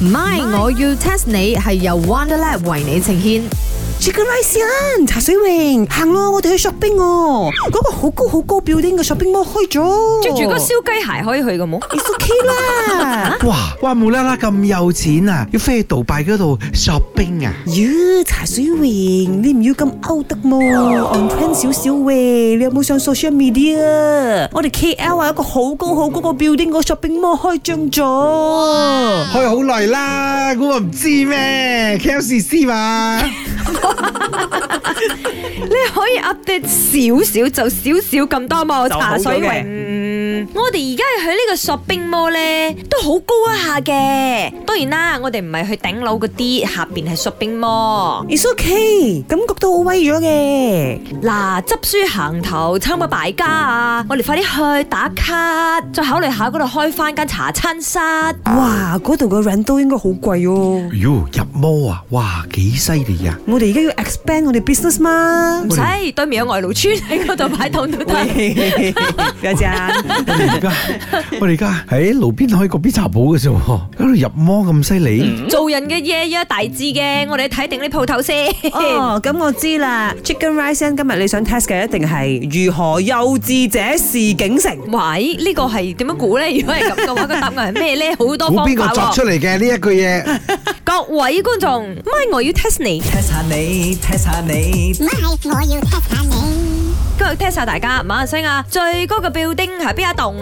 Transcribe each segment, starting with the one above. My 我要 test 你係由 Wonderlab 為你呈現。 Chicken Rice Island 茶水榮，行咯，我哋去 shopping 哦。嗰個好高好高 building 嘅 shopping mall 開咗，着住個燒雞鞋可以去嘅冇？ It's OK 啦。哇哇，無啦啦咁有錢啊，要飛去杜拜嗰度 shopping 啊！咦，茶水榮，你唔要咁 out 得麼？on plan 少少喂，你有冇上 social media？我哋 KL 啊，一個好高好高個 building 個 shopping mall 開張咗。開好耐啦，估我唔知咩？KLCC 嘛， 你可以 update 少少就少少咁多嘛，就好茶咗水嘅榮。嗯我哋而家喺呢個 shopping mall 咧，都好高一下嘅。當然啦，我哋唔係去頂樓嗰啲，下邊係 shopping mall。 It's OK，感覺都好威咗嘅。嗱，執書行頭，參個敗家啊！我哋快啲去打卡，再考慮下嗰度開翻間茶餐室。哇，嗰度個 rent 都應該好貴哦。喲入魔啊！哇，幾犀利啊！我哋而家要 expand 我哋 business 嘛唔。使，對面有外勞村喺嗰度擺檔都 得。家姐，我哋而家我哋而家喺路邊開個 B 茶鋪嘅啫喎，搞到入魔咁犀利，做人嘅嘢要有大志嘅，我哋睇定啲鋪頭先。 哦，咁我知啦。Chicken Rice and 今日你想 test 嘅一定係如何幼稚者事竟成。喂，呢、個係點樣估呢？如果係咁嘅話，個答案係咩呢？好多估方邊個法作出喎。嚟嘅呢一句嘢？各位觀眾，咪我要 test 你， test 下你，test 下你 My，我要 test 下你。今日 test 晒大家馬來西亞最高嘅 building 係邊一棟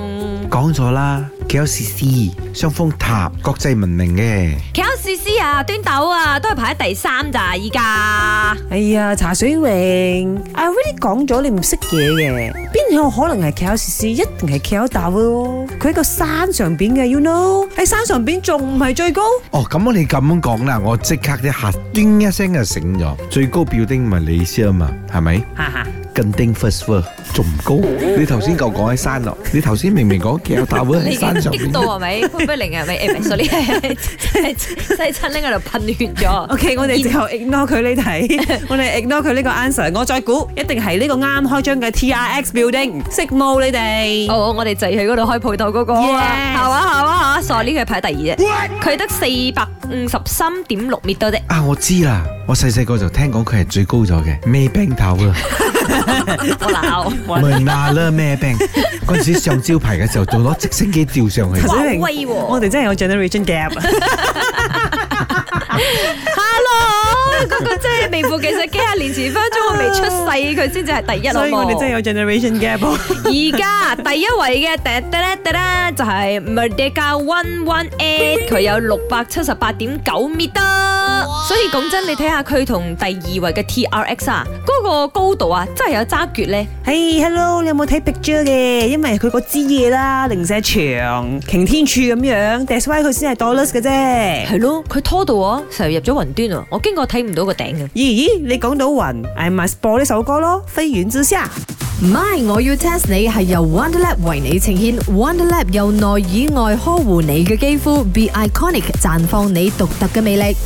講咗啦，KLCC 雙峰塔國際聞名嘅。 ？KLCC 啊，端豆啊，都係排喺第三咋，依家。哎呀，茶水榮，I really 講咗你唔識嘢嘅，邊有可能係 KLCC，一定係 KL 大咯。佢喺個山上邊嘅，you know，喺山上邊仲唔係最高？哦，咁我哋咁樣講啦，我即刻一下叮一聲就醒咗。最高標丁唔係你先啊嘛，係咪？哈哈，近丁 first floor 仲唔高？你頭先夠講喺山落，你頭先明明講 KL 塔會你喺已經山上激邊到。係咪？潘碧玲係咪？誒唔係，sorry，係西餐拎喺度噴血咗。 OK，我哋之後 ignore 佢 呢題，我哋 ignore 佢呢個 answer，我再估，一定係呢個啱開張嘅 TRX building，識冇你哋？哦，我哋就係去嗰度開鋪頭嗰個啊， Yes 係嘛係嘛嚇，sorry 佢排第二啫，佢得四百五十三點六米多 啫。啊，我知啦，我細細個就聽講佢係最高咗嘅咩冰頭啊，我鬧，問下啦咩冰。嗰陣時上招牌嘅時候，仲攞直升機吊上去。茶水哇威榮喎，我哋真係有 generation gap。 hello，嗰個真係名副其實幾啊廿年前分分鐘我未出世，佢先至係第一所以我哋真係係有 generation gap。而家第一位嘅噠噠啦噠啦就係 Merdeka One One Eight，佢有六百七十八點九米得。所以講真，你睇下佢同第二位嘅 TRX 啊，嗰個高度啊，真係有揸橛咧。嘿、h e l l o 你有冇睇 picture 嘅？因為佢嗰支嘢啦，零舍長，擎天柱咁樣，that's why 佢先係 dollars 嘅啫。係咯，佢拖到我成日入咗雲端啊！我經過睇唔到個頂啊嘅。咦咦，你講到雲，I must 播呢首歌咯，《飛遠之下》。 My 我要 test 你係由 Wonderlab 為你呈現，Wonderlab 由內以外呵護你嘅肌膚，Be Iconic 綻放你獨特嘅魅力。